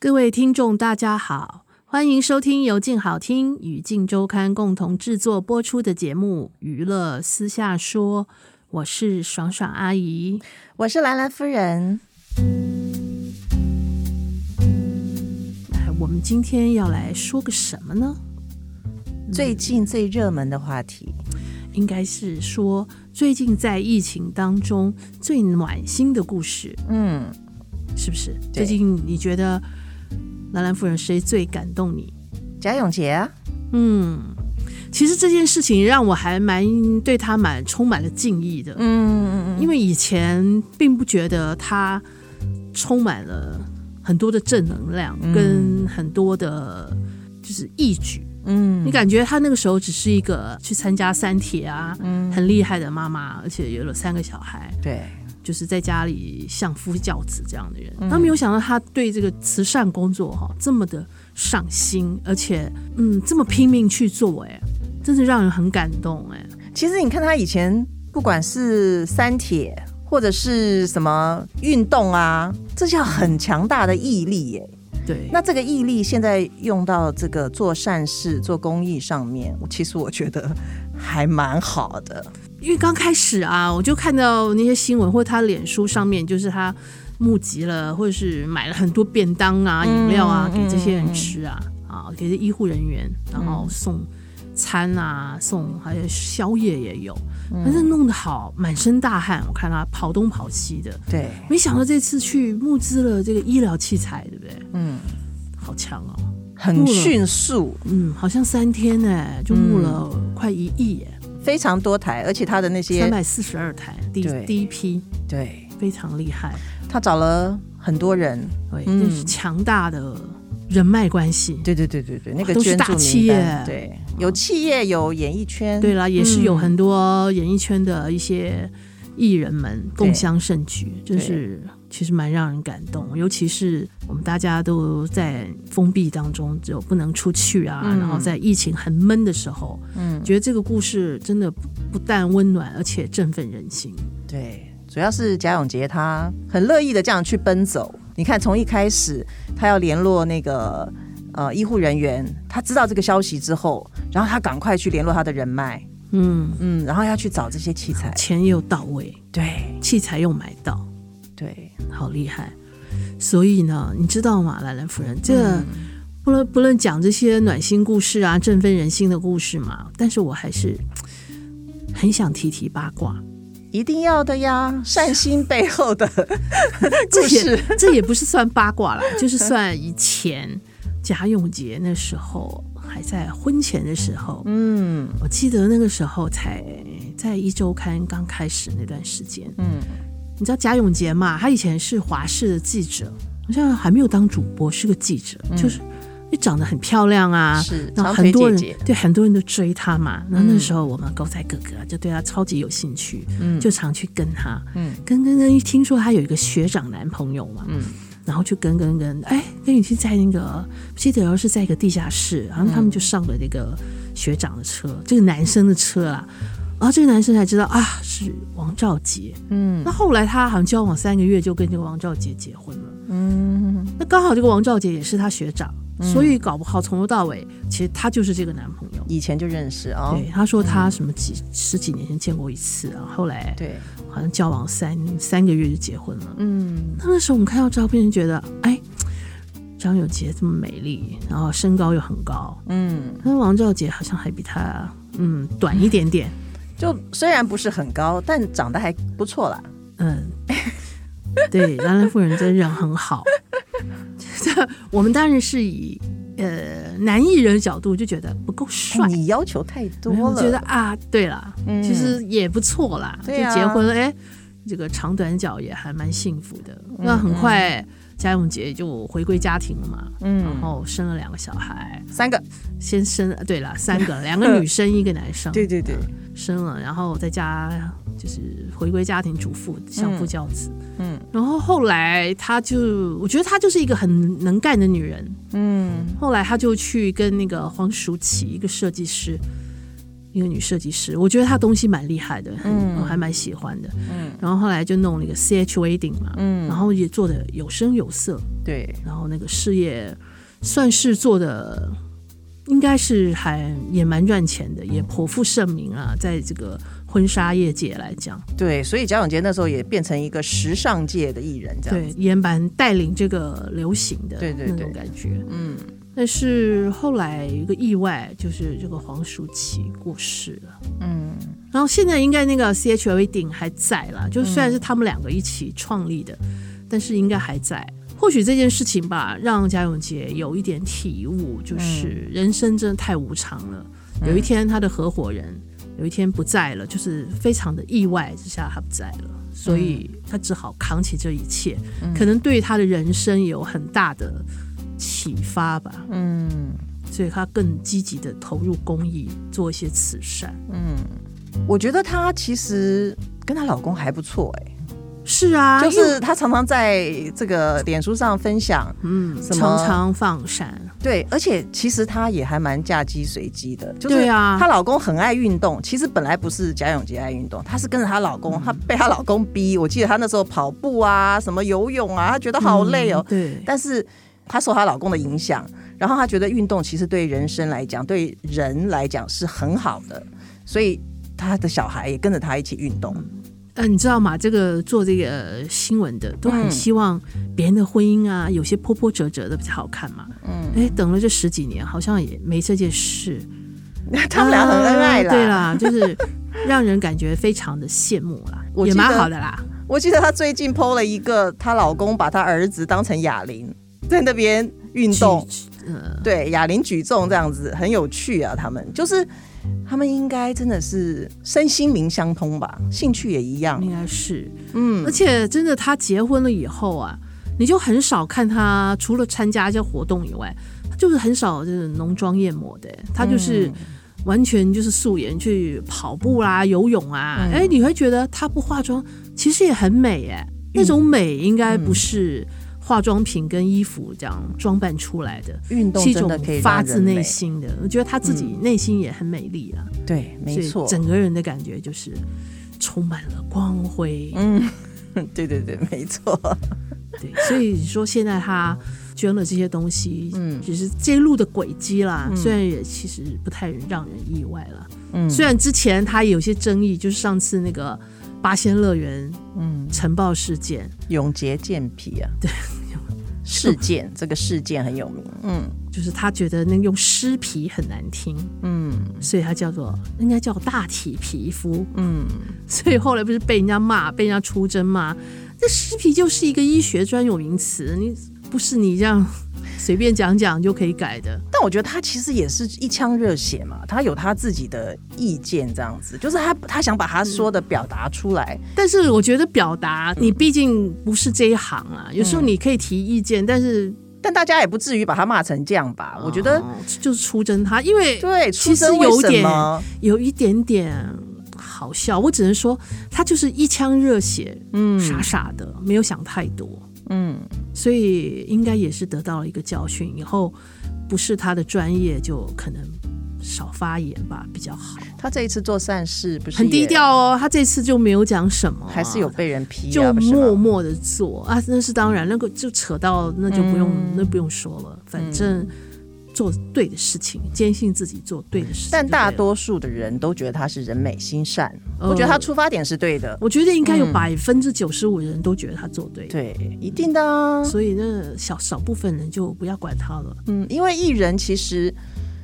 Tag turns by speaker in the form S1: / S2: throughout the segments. S1: 各位听众，大家好，欢迎收听由静好听与静周刊共同制作播出的节目《娱乐私下说》，我是爽爽阿姨。
S2: 我是兰兰夫人，
S1: 哎我们今天要来说个什么呢？
S2: 最近最热门的话题，
S1: 应该是说最近在疫情当中最暖心的故事，
S2: 嗯，
S1: 是不是？
S2: 对
S1: 最近你觉得兰兰夫人谁最感动你？
S2: 贾永杰啊，
S1: 嗯，其实这件事情让我还蛮对他蛮充满了敬意的，
S2: 嗯嗯
S1: 因为以前并不觉得他充满了很多的正能量，跟很多的就是义举。
S2: 嗯
S1: 你感觉她那个时候只是一个去参加三铁啊，很厉害的妈妈，而且有了三个小孩，
S2: 对，
S1: 就是在家里相夫教子这样的人。他没有想到她对这个慈善工作哈这么的上心，而且嗯这么拼命去做、哎，真是让人很感动哎、
S2: 其实你看他以前不管是三铁或者是什么运动啊，这叫很强大的毅力耶、
S1: 对，
S2: 那这个毅力现在用到这个做善事、做公益上面，其实我觉得还蛮好的。
S1: 因为刚开始啊，我就看到那些新闻或他脸书上面，就是他募集了或者是买了很多便当啊、饮料啊给这些人吃啊，啊给这医护人员，然后送餐啊、送还有宵夜也有，反正弄得好满身大汗，我看他跑东跑西的。
S2: 对，
S1: 没想到这次去募资了这个医疗器材，对不对？
S2: 嗯，
S1: 好强哦，
S2: 很迅速，
S1: 嗯，好像三天呢、就募了快一亿耶、
S2: 非常多台，而且他的那
S1: 三
S2: 些
S1: 百四十二台，第
S2: 对
S1: 第一批
S2: 对，
S1: 非常厉害。
S2: 他找了很多人，
S1: 对，
S2: 嗯
S1: 就是强大的人脉关系。
S2: 对对对对对，那个
S1: 都是
S2: 捐
S1: 大
S2: 助
S1: 企
S2: 名
S1: 业
S2: 单，对，有企业，有演艺圈，
S1: 对啦，也是有
S2: 嗯
S1: 很多演艺圈的一些艺人们共襄盛举，真是其实蛮让人感动。尤其是我们大家都在封闭当中，只有不能出去啊，
S2: 嗯
S1: 然后在疫情很闷的时候，
S2: 嗯，
S1: 觉得这个故事真的不不但温暖，而且振奋人心。
S2: 对，主要是贾永杰他很乐意的这样去奔走。你看，从一开始他要联络那个呃医护人员，他知道这个消息之后，然后他赶快去联络他的人脉，
S1: 嗯，
S2: 嗯，然后要去找这些器材。
S1: 钱又到位，
S2: 对
S1: 器材又买到，
S2: 对，
S1: 好厉害。所以呢，你知道吗，兰兰夫人，这、
S2: 嗯
S1: 不论不论讲这些暖心故事啊、振奋人心的故事嘛，但是我还是嘖很想提提八卦。
S2: 一定要的呀，善心背后 的故
S1: 这也
S2: 事。
S1: 这也不是算八卦啦，就是算以前贾永杰那时候还在婚前的时候，
S2: 嗯
S1: 我记得那个时候才在一周刊刚开始那段时间，
S2: 嗯，
S1: 你知道贾永杰嘛？他以前是华视的记者，好像还没有当主播，是个记者，就是你长得很漂亮啊，
S2: 嗯是
S1: 然后
S2: 长腿
S1: 很多人
S2: 姐姐嗯
S1: 对很多人都追她嘛。然后那时候我们狗仔哥哥就对她超级有兴趣，就常去跟她，
S2: 嗯
S1: 跟跟跟，一听说她有一个学长男朋友嘛，然后就跟跟跟，哎，跟雨欣在那个不记得是在一个地下室，然后他
S2: 嗯
S1: 们就上了那个学长的车，这个男生的车啦。然后这个男生才知道啊，是王兆杰。嗯，那后来他好像交往三个月就跟这个王兆杰结婚了。嗯，那刚好这个王兆杰也是他学长，
S2: 嗯
S1: 所以搞不好从头到尾，其实他就是这个男朋友。
S2: 以前就认识哦。
S1: 对，他说他什么几、十几年前见过一次，啊然后后来
S2: 对，
S1: 好像交往三三个月就结婚了。
S2: 嗯
S1: 那那时候我们看到照片，就觉得哎，张永杰这么美丽，然后身高又很高，
S2: 嗯，
S1: 那王兆杰好像还比他嗯短一点点，
S2: 就虽然不是很高，但长得还不错啦。
S1: 嗯，对，兰兰夫人真人很好。 这我们当然是以呃男艺人的角度就觉得不够帅。嗯
S2: 你要嗯求太多
S1: 没有
S2: 了，
S1: 我觉得啊，对啦，
S2: 嗯
S1: 其实也不错啦，
S2: 对啊
S1: 就结婚了，哎，这个长短脚也还蛮幸福的。
S2: 嗯
S1: 那很快嘉永杰就回归家庭了嘛，然
S2: 嗯，
S1: 后生了两个小孩，
S2: 三个，
S1: 先生对啦，三 个，两个女生一个男生，
S2: 对对对，
S1: 生了，然后在家就是回归家庭主妇，相夫教子。
S2: 嗯
S1: 然后后来她就，我觉得她就是一个很能干的女人。
S2: 嗯
S1: 后来她就去跟那个黄淑琪，一个设计师，一个女设计师，我觉得她东西蛮厉害的，嗯，我还蛮喜欢的。
S2: 嗯
S1: 然后后来就弄了一个 CH Wedding 嘛，然
S2: 嗯，
S1: 后也做的有声有色，
S2: 对，
S1: 然后那个事业算是做的，应该是还也蛮赚钱的，也颇负盛名啊，在这个婚纱业界来讲，
S2: 对，所以贾永杰那时候也变成一个时尚界的艺人，这样，
S1: 对，也蛮带领这个流行的
S2: 对对
S1: 那
S2: 对
S1: 种感觉。
S2: 嗯，
S1: 但是后来有一个意外，就是这个黄淑琪过世了。
S2: 嗯，
S1: 然后现在应该那个 C H L 顶还在啦，就
S2: 嗯
S1: 虽然是他们两个一起创立的，但是应该还在。或许这件事情吧，让贾永杰有一点体悟，
S2: 嗯
S1: 就是人生真的太无常了。有一天他的合伙人有一天不在了，就是非常的意外之下他不在了，所以
S2: 嗯
S1: 他只好扛起这一切，可能对他的人生有很大的启发吧。嗯，所以他更积极的投入公益，做一些慈善。
S2: 嗯我觉得她其实跟她老公还不错，哎。
S1: 是啊，
S2: 就
S1: 因为
S2: 是她常常在这个脸书上分享，
S1: 嗯，
S2: 什么
S1: 常常放闪，
S2: 对，而且其实她也还蛮嫁鸡随鸡的，就是
S1: 对啊
S2: 她老公很爱运动，其实本来不是贾永杰爱运动，她是跟着她老公，她被她老公逼，我记得她那时候跑步啊，什么游泳啊，她觉得好累哦
S1: 嗯，对，
S2: 但是她受她老公的影响，然后她觉得运动其实对人生来讲，对人来讲是很好的，所以她的小孩也跟着她一起运动，
S1: 呃，你知道吗？这个做这个呃新闻的都很
S2: 嗯
S1: 希望别人的婚姻啊，有些波波折折的比较好看嘛。嗯，哎，等了这十几年，好像也没这件事。
S2: 他们俩很恩
S1: 嗯啊
S2: 爱啦。
S1: 对啦，就是让人感觉非常的羡慕啦，
S2: 我
S1: 也
S2: 记
S1: 蛮
S2: 得
S1: 好的啦。
S2: 我记得她最近 PO 了一个，她老公把她儿子当成哑铃，在那边运动，
S1: 举，呃，
S2: 对，哑铃举重这样子，很有趣啊。他们就是他们应该真的是身心灵相通吧，兴趣也一样
S1: 应。该是，而
S2: 嗯，
S1: 且真的，他结婚了以后啊，你就很少看他除了参加一些活动以外，他就是很少就是浓妆艳抹的，欸他
S2: 嗯
S1: 就是完全就是素颜去跑步啦、游泳啊，
S2: 嗯
S1: 哎、你会觉得他不化妆其实也很美耶，那
S2: 嗯
S1: 种美应该不是化妆品跟衣服这样装扮出来的。
S2: 运动
S1: 是一
S2: 真
S1: 种
S2: 的可以
S1: 发
S2: 让
S1: 自
S2: 人
S1: 内
S2: 美，嗯
S1: 心的，我觉得他自己内心也很美丽啊，
S2: 对，没
S1: 所以
S2: 错，
S1: 整个人的感觉就是充满了光辉。
S2: 嗯对对对，没错。
S1: 对，所以你说现在他捐了这些东西，嗯，只是这一路的轨迹啦，虽然也其实不太让人意外了，嗯，虽然之前他有些争议，就是上次那个八仙乐园，嗯，晨爆事件，
S2: 永杰健脾啊，对，事件这个事件很有名。嗯
S1: 就是他觉得那用尸皮很难听，
S2: 嗯
S1: 所以他叫做应该叫大体皮肤，
S2: 嗯，
S1: 所以后来不是被人家骂，被人家出征骂，这尸皮就是一个医学专有名词，你不是你这样随便讲讲就可以改的。
S2: 但我觉得他其实也是一腔热血嘛，他有他自己的意见，这样子，就是他他想把他说的表达出来。
S1: 但是我觉得表达，你毕竟不是这一行啊，有时
S2: 嗯
S1: 候你可以提意见，但是
S2: 但大家也不至于把他骂成这样吧？我觉得
S1: 哦就是出征他，因为
S2: 对，
S1: 其
S2: 出
S1: 实
S2: 生为
S1: 有
S2: 什
S1: 点
S2: 么？
S1: 有一点点好笑。我只能说，他就是一腔热血，嗯，傻傻的，没有想太多，
S2: 嗯，
S1: 所以应该也是得到了一个教训，以后不是他的专业就可能少发言吧，比较好。
S2: 他这一次做善事不是
S1: 很低
S2: 也，
S1: 调哦，他这次就没有讲什么啊、
S2: 还是有被人批、啊，
S1: 就
S2: 不是吗
S1: 默默的做啊，那是当然，那个就扯到那就不用、
S2: 嗯
S1: 那不用说了，反正做对的事情，坚信自己做对的事情就对了。
S2: 但大多数的人都觉得他是人美心善，
S1: 呃
S2: 我觉得他出发点是对的，
S1: 我觉得应该有
S2: 嗯
S1: 百分之九十五的人都觉得他做对，
S2: 对，一定的啊。
S1: 所以那小少部分人就不要管他了。
S2: 嗯，因为艺人其实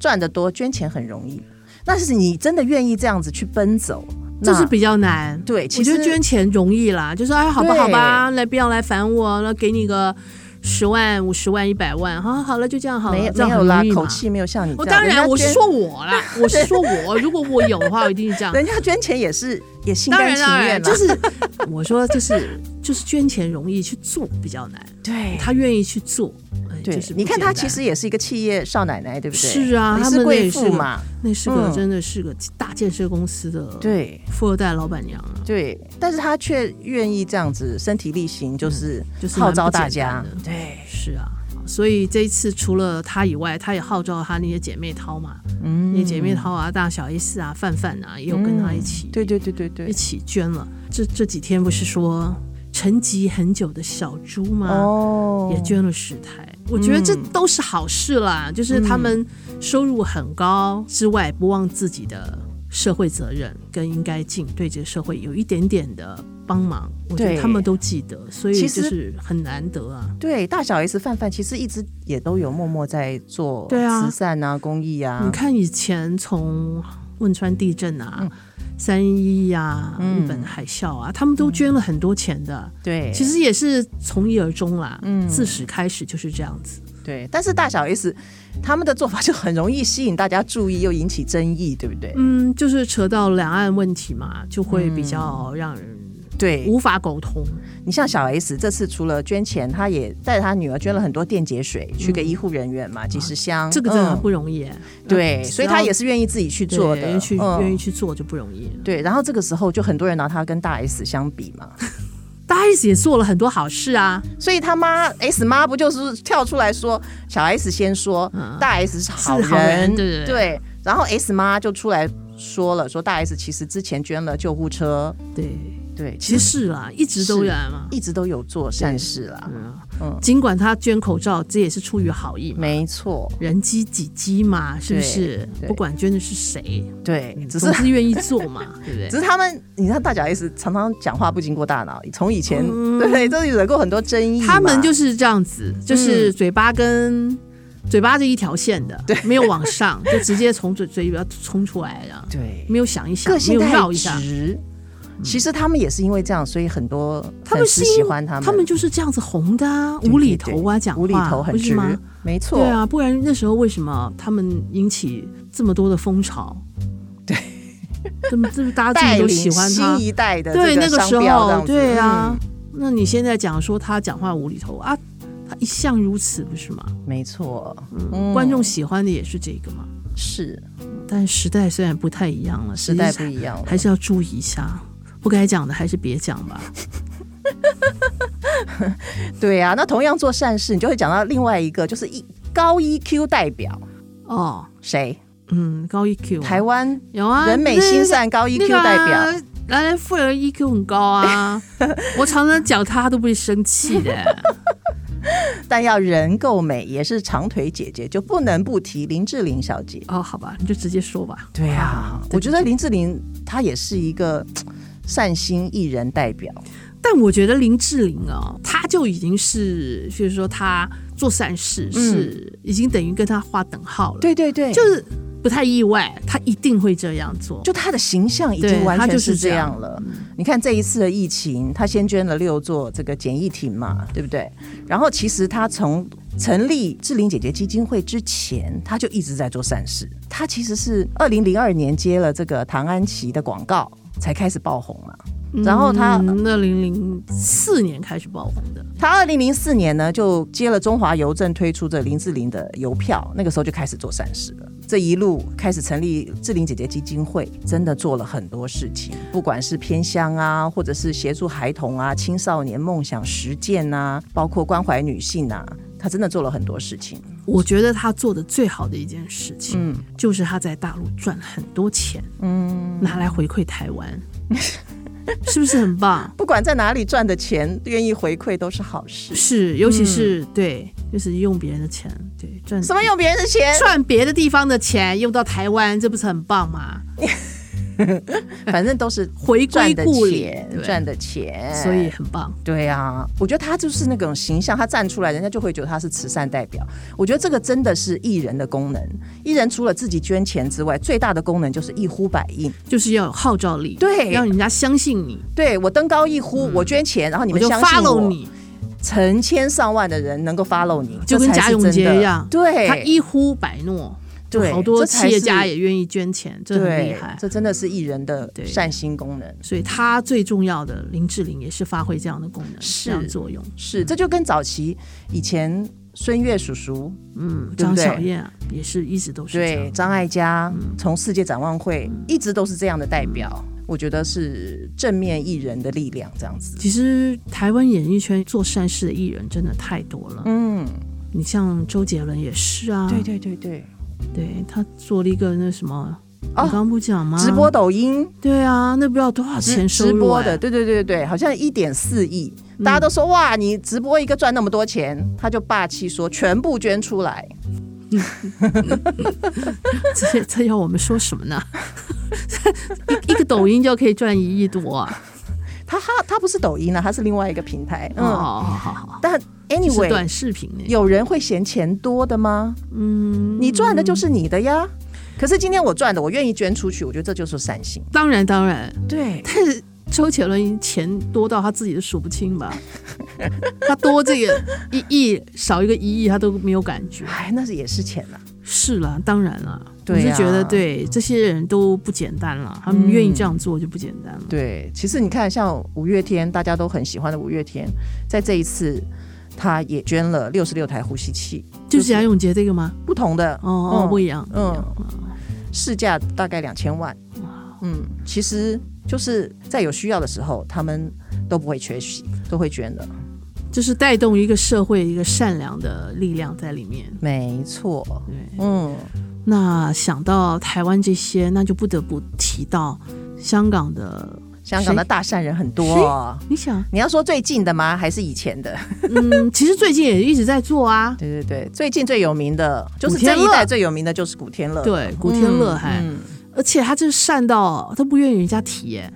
S2: 赚得多，捐钱很容易，但是你真的愿意这样子去奔走，
S1: 这是
S2: 那
S1: 比较难。
S2: 对，
S1: 我
S2: 其
S1: 觉
S2: 实
S1: 得捐钱容易啦，就是哎，好吧，
S2: 对
S1: 好吧，来不要来烦我，那给你个十万、五十万、一百万，好好了，就这样好了，
S2: 没
S1: 啊这样
S2: 没有
S1: 很
S2: 啦
S1: 容易，嘛
S2: 口气没有像你这
S1: 我
S2: 样
S1: 当然，啊
S2: 人家
S1: 我是
S2: 捐
S1: 说我 啦，我是说我，如果我有的话，我一定是这样。
S2: 人家捐钱也是也 心
S1: 当
S2: 甘
S1: 然，
S2: 情
S1: 当
S2: 愿啊
S1: 然，
S2: 啦
S1: 就是我说，就是就是捐钱容易，去做比较难。
S2: 对
S1: 他愿意去做，哎
S2: 对
S1: 就是，不
S2: 你看她
S1: 简单
S2: 其实也是一个企业少奶奶，对不对？
S1: 是啊
S2: 也
S1: 他
S2: 是
S1: 们
S2: 贵
S1: 也是
S2: 妇嘛，
S1: 那是个
S2: 嗯
S1: 真的是个大建设公司的
S2: 对
S1: 富二代老板娘啊，
S2: 对，但是她却愿意这样子身体力行，就是
S1: 嗯就是蛮
S2: 号
S1: 不
S2: 召大
S1: 简单
S2: 家
S1: 的，
S2: 对，
S1: 是啊。所以这一次除了她以外，她也号召她那些姐妹淘嘛，嗯，那些姐妹淘啊，大小 S 啊，范范啊，也有跟她一起，
S2: 嗯对对对对
S1: 一
S2: 对，
S1: 起捐了。这这几天不是说沉寂很久的小猪吗？
S2: 哦
S1: 啊也捐了十台。我觉得这都是好事
S2: 嗯
S1: 啦，就是他们收入很高之外，不忘自己的社会责任跟应该尽对这个社会有一点点的帮忙，我觉得
S2: 对
S1: 他们都记得，所以
S2: 其
S1: 就
S2: 实
S1: 是很难得啊。
S2: 对大小 S 范范其实一直也都有默默在做
S1: 对啊
S2: 慈善啊、公益
S1: 你
S2: 啊，
S1: 看以前从汶川地震啊、三一一啊、
S2: 嗯
S1: 日本海啸啊，他们都捐了很多钱的，
S2: 对，
S1: 其实也是从一而终啦，
S2: 嗯
S1: 自始开始就是这样子。
S2: 对，但是大小 S 他们的做法就很容易吸引大家注意，又引起争议，对不对？
S1: 嗯，就是扯到两岸问题嘛，就会比较让人
S2: 对
S1: 无法沟通。
S2: 你像小 S 这次除了捐钱，她也带着她女儿捐了很多电解水去给医护人员嘛，几十
S1: 嗯
S2: 箱，
S1: 这个真的
S2: 嗯
S1: 不容易耶、
S2: 对，所以她也
S1: 是
S2: 是愿意自己去做的，
S1: 愿意去、
S2: 嗯
S1: 愿意去做就不容易。
S2: 对，然后这个时候就很多人拿她跟大 S 相比嘛，
S1: 大 S 也做了很多好事啊，
S2: 所以他妈 S 妈不就是跳出来说小 S 先说、
S1: 嗯
S2: 大 S 是好人，
S1: 是好人对对对
S2: 然后 S 妈就出来说了，说大 S 其实之前捐了救护车，
S1: 对，
S2: 对，
S1: 其实是啦，一直都然嘛。
S2: 一直都有做善事啦，嗯
S1: 尽管他捐口罩，这也是出于好意嘛，
S2: 没错，
S1: 人机己机嘛，是不是
S2: 对？对
S1: 不管捐的是谁，
S2: 对，只是
S1: 总是愿意做嘛， 对不对
S2: 只？是他们，你看大脚 S 常常讲话不经过大脑，从以前、对不对，这里惹过很多争议嘛。
S1: 嗯他们就是这样子，
S2: 嗯
S1: 就是嘴巴跟、嘴巴是一条线的，没有往上， 就直接从嘴嘴巴冲出来的，
S2: 对
S1: 没有想一想
S2: 个，
S1: 没
S2: 性
S1: 有
S2: 太
S1: 绕一下。
S2: 直。嗯其实他们也是因为这样，所以很多
S1: 他
S2: 粉
S1: 们
S2: 丝
S1: 是
S2: 喜
S1: 因
S2: 欢他们，
S1: 他们就是这样子红的啊，
S2: 对
S1: 无厘头啊，
S2: 对对
S1: 讲话
S2: 无厘头很
S1: 不是
S2: 直
S1: 吗？，
S2: 没错，
S1: 对啊，不然那时候为什么他们引起这么多的风潮？对，这么这么大家
S2: 带
S1: 自己
S2: 领
S1: 都喜欢他
S2: 新，一代的
S1: 对
S2: 这
S1: 那个
S2: 商
S1: 时
S2: 标这样
S1: 候，
S2: 子嗯
S1: 对啊。那你现在讲说他讲话无厘头啊，他一向如此，不是吗？
S2: 嗯没错，
S1: 观众喜欢的也是这个嘛。
S2: 是
S1: 但时代虽然不太一样了，
S2: 时代不
S1: 实际
S2: 一样
S1: 上
S2: 了，
S1: 还是要注意一下。不该讲的还是别讲吧。
S2: 对啊。那同样做善事，你就会讲到另外一个，就是一高 EQ 代表
S1: 哦，
S2: 谁？
S1: 嗯，高 EQ
S2: 台湾
S1: 有啊，
S2: 人美心善高
S1: 那
S2: EQ
S1: 个
S2: 代
S1: 啊
S2: 表，
S1: 兰兰夫人 EQ 很高 啊，我常常讲她她都不会生气的。
S2: 但要人够美，也是长腿姐姐，就不能不提林志玲小姐。
S1: 哦，好吧，你就直接说吧。
S2: 对
S1: 啊
S2: 我觉得林志玲她也是一个嘖善心艺人代表，
S1: 但我觉得林志玲哦，她就已经是，就是说她做善事是、已经等于跟她划等号了。，
S2: 嗯对对就
S1: 就是不太意外，她一定会这样做。
S2: 就她的形象已
S1: 对
S2: 经完
S1: 她就
S2: 全
S1: 是
S2: 是
S1: 这
S2: 这
S1: 样
S2: 样了。你看这一次的疫情，她先捐了六座这个简易亭嘛，对不对？然后其实她从成立志玲姐姐基金会之前，她就一直在做善事。她其实是二零零二年接了这个唐安琪的广告，才开始爆红嘛。然后哦她
S1: 嗯那零零四年开始爆红的，
S2: 他二零零四年呢，就接了中华邮政推出的林志玲的邮票，那个时候就开始做善事了。这一路开始成立志玲姐姐基金会，真的做了很多事情，不管是偏乡啊，或者是协助孩童啊、青少年梦想实践啊，包括关怀女性啊，她真的做了很多事情。
S1: 我觉得她做的最好的一件事情，
S2: 嗯
S1: 就是她在大陆赚了很多钱，
S2: 嗯，
S1: 拿来回馈台湾， 是不是很棒？
S2: 不管在哪里赚的钱，愿意回馈都是好事。
S1: 是，尤其是、
S2: 嗯
S1: 对，就是用别人的钱，对赚
S2: 什么用别人的 钱？
S1: 赚别的地方的钱用到台湾，这不是很棒吗？
S2: 反正都是
S1: 回
S2: 赚
S1: 归
S2: 的
S1: 故里
S2: 钱，，
S1: 对
S2: 赚的钱。
S1: 所以很棒。
S2: 对啊，我觉得他就是那种形象，他站出来，人家就会觉得他是慈善代表。我觉得这个真的是艺人的功能。艺人除了自己捐钱之外，最大的功能就是一呼百应。
S1: 就是要有号召力，
S2: 对
S1: 让人家相信你，
S2: 对我登高一呼，我捐钱，然后你
S1: 嗯我
S2: 们
S1: 就
S2: 相信
S1: follow
S2: 我。
S1: 你，
S2: 成千上万的人能够 follow 你，
S1: 就跟
S2: 这才
S1: 贾
S2: 是
S1: 永
S2: 真
S1: 杰
S2: 的
S1: 一样
S2: 对，
S1: 他一呼百诺，
S2: 对
S1: 好多
S2: 这才
S1: 企业
S2: 是
S1: 家也愿意捐钱，这很厉
S2: 对
S1: 害，。
S2: 这真的是艺人的
S1: 对
S2: 善心功能。
S1: 所以他最重要的林志玲也是发挥这样的功能，
S2: 是
S1: 这样作用。
S2: 是，这就跟早期以前孙悦叔叔，
S1: 嗯，
S2: 对
S1: 张
S2: 不对
S1: 小燕啊也是一直都是这
S2: 对
S1: 样。嗯
S2: 张艾嘉从世界展望会一直都是这样的代表，我觉得是正面艺人的力量，这样子。
S1: 其实台湾演艺圈做善事的艺人真的太多了，
S2: 嗯，
S1: 你像周杰伦也是啊，
S2: 对对对对，
S1: 对他做了一个那什么，我
S2: 哦
S1: 刚刚不讲吗？
S2: 直播抖音。
S1: 对啊，那不知道多少
S2: 直
S1: 钱啊收入、嗯
S2: 直播
S1: 哎
S2: 的，对对对对，好像一点四亿，大家都说哇，你直播一个赚那么多钱，他就霸气说全部捐出来，
S1: 这这要我们说什么呢？ 一一个抖音就可以赚一亿多啊！
S2: 他他他不是抖音了、啊他是另外一个平台。
S1: 哦，
S2: 嗯，
S1: 好好好，
S2: 但
S1: 这是
S2: anyway，
S1: 短视频呢。
S2: 有人会嫌钱多的吗？嗯，你赚的就是你的呀。可是今天我赚的，我愿意捐出去，我觉得这就是善心。
S1: 当然当然，
S2: 对，
S1: 但是周杰伦钱多到他自己都数不清 吧？他多这个一亿，少一个一亿，他都没有感觉。
S2: 哎，那是也是钱呐、
S1: 是啦，当然啦，
S2: 对
S1: 我
S2: 啊
S1: 是觉得对这些人都不简单了，他们愿意这样做就不简单了。
S2: 对，啊其实你看，像五月天，大家都很喜欢的五月天，在这一次，他也捐了六十六台呼吸器，
S1: 就是贾永杰这个吗？
S2: 不同的
S1: 哦哦，
S2: 嗯
S1: 不一样，不一
S2: 嗯
S1: 样
S2: 市价大概两千万。嗯，其实就是在有需要的时候，他们都不会缺席，都会捐的。
S1: 就是带动一个社会一个善良的力量在里面。
S2: 没错，
S1: 对，
S2: 嗯，
S1: 那想到台湾这些，那就不得不提到香港的。
S2: 香港的大善人很多哦、
S1: 你想，
S2: 你要说最近的吗？还是以前的？
S1: 嗯，其实最近也一直在做 啊。
S2: 对对对，最近最有名的，就是
S1: 古天
S2: 这
S1: 乐
S2: 一代最有名的就是古天乐。
S1: 对，古天乐还，
S2: 嗯
S1: 而且他这善到他不愿意人家提耶，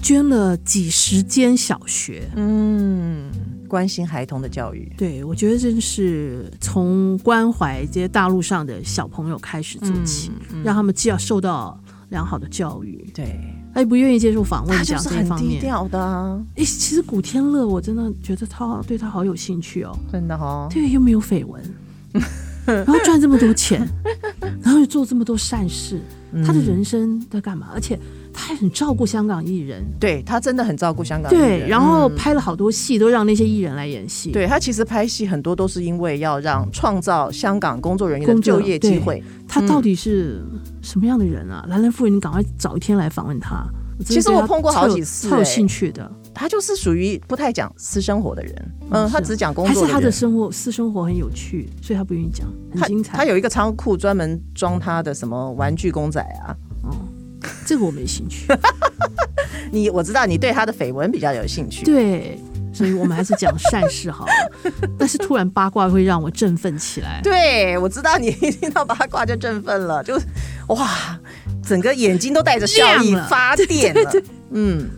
S1: 捐了几十间小学。
S2: 嗯关心孩童的教育。
S1: 对，我觉得真是从关怀这些大陆上的小朋友开始做起，
S2: 嗯
S1: 让他们既要受到良好的教育，
S2: 对，
S1: 他也不愿意接受访问
S2: 他就
S1: 讲
S2: 是
S1: 这一
S2: 很
S1: 方
S2: 低
S1: 面。
S2: 调的、啊，
S1: 诶，其实古天乐，我真的觉得他对他好有兴趣哦。
S2: 真的哦。
S1: 对，又没有绯 闻，然后赚这么多钱，然后又做这么多善事，
S2: 嗯
S1: 他的人生在干嘛？而且他还很照顾香港艺人，
S2: 对他真的很照顾香港艺人。
S1: 对，然后拍了好多戏，都让那些艺人来演戏。，
S2: 嗯对他其实拍戏很多都是因为要让创造香港工作人员的
S1: 工作
S2: 就业机会。
S1: 他到底是什么样的人啊？兰兰夫人，你赶快找一天来访问他。真的
S2: 嗯其实
S1: 对
S2: 我
S1: 他
S2: 碰过
S1: 超
S2: 好
S1: 有
S2: 几次
S1: 超有
S2: 哎
S1: 兴趣的。
S2: 他就是属于不太讲私生活的人，嗯，
S1: 是啊
S2: 他只讲工
S1: 还
S2: 作
S1: 是
S2: 人。
S1: 他的生活私生活很有趣，所以他不愿意讲，很精
S2: 他他
S1: 彩。
S2: 有一个仓库专门装他的什么玩具公仔啊。
S1: 这个我没兴趣。
S2: 你我知道你对他的绯闻比较有兴趣。
S1: 对，所以我们还是讲善事 好了。但是突然八卦会让我振奋起来。
S2: 对，我知道你一听到八卦就振奋了，就哇，整个眼睛都带着笑意
S1: 亮了
S2: 发 电了。嗯，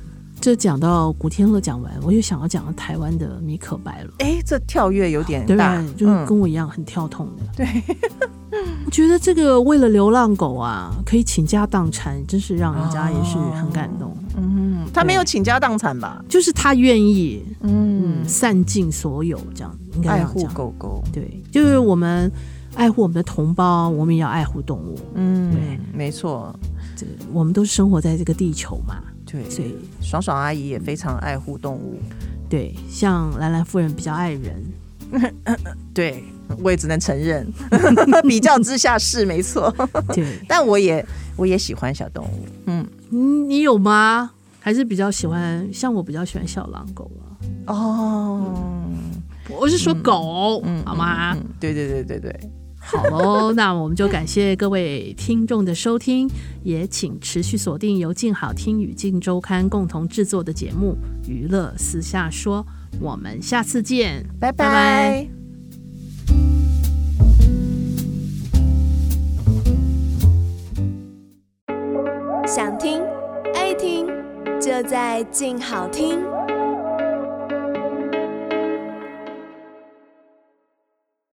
S1: 这讲到古天乐讲完，我又想要讲到台湾的米可白了。
S2: 哎，这跳跃有点
S1: 对
S2: 大，嗯
S1: 就是跟我一样很跳痛的。对， 我觉得这个为了流浪狗啊，可以倾家荡产，真是让人家也是很感动。
S2: 嗯他没有倾家荡产吧？
S1: 就是他愿意
S2: 嗯，
S1: 嗯散尽所有，这样应该这
S2: 爱
S1: 样
S2: 护
S1: 讲。
S2: 狗狗，
S1: 对，就是我们爱护我们的同胞，我们也要爱护动物。
S2: 嗯，没错，
S1: 这我们都是生活在这个地球嘛，
S2: 对，
S1: 所以
S2: 爽爽阿姨也非常爱护动物，
S1: 对，像兰兰夫人比较爱人，
S2: 对我也只能承 认，比较之下是没错，
S1: 对，
S2: 但我也我也喜欢小动物，嗯，
S1: 嗯你有吗？还是比较喜欢，像我比较喜欢小狼狗啊。
S2: 哦，
S1: 我是说狗，好吗？
S2: 嗯，对对对对对，
S1: 好喽， 那我们就感谢各位听众的收听，也请持续锁定由静好听与静周刊共同制作的节目《娱乐私下说》，我们下次见，
S2: 拜
S1: 拜拜
S2: 拜
S3: 想听爱听，就在静好听。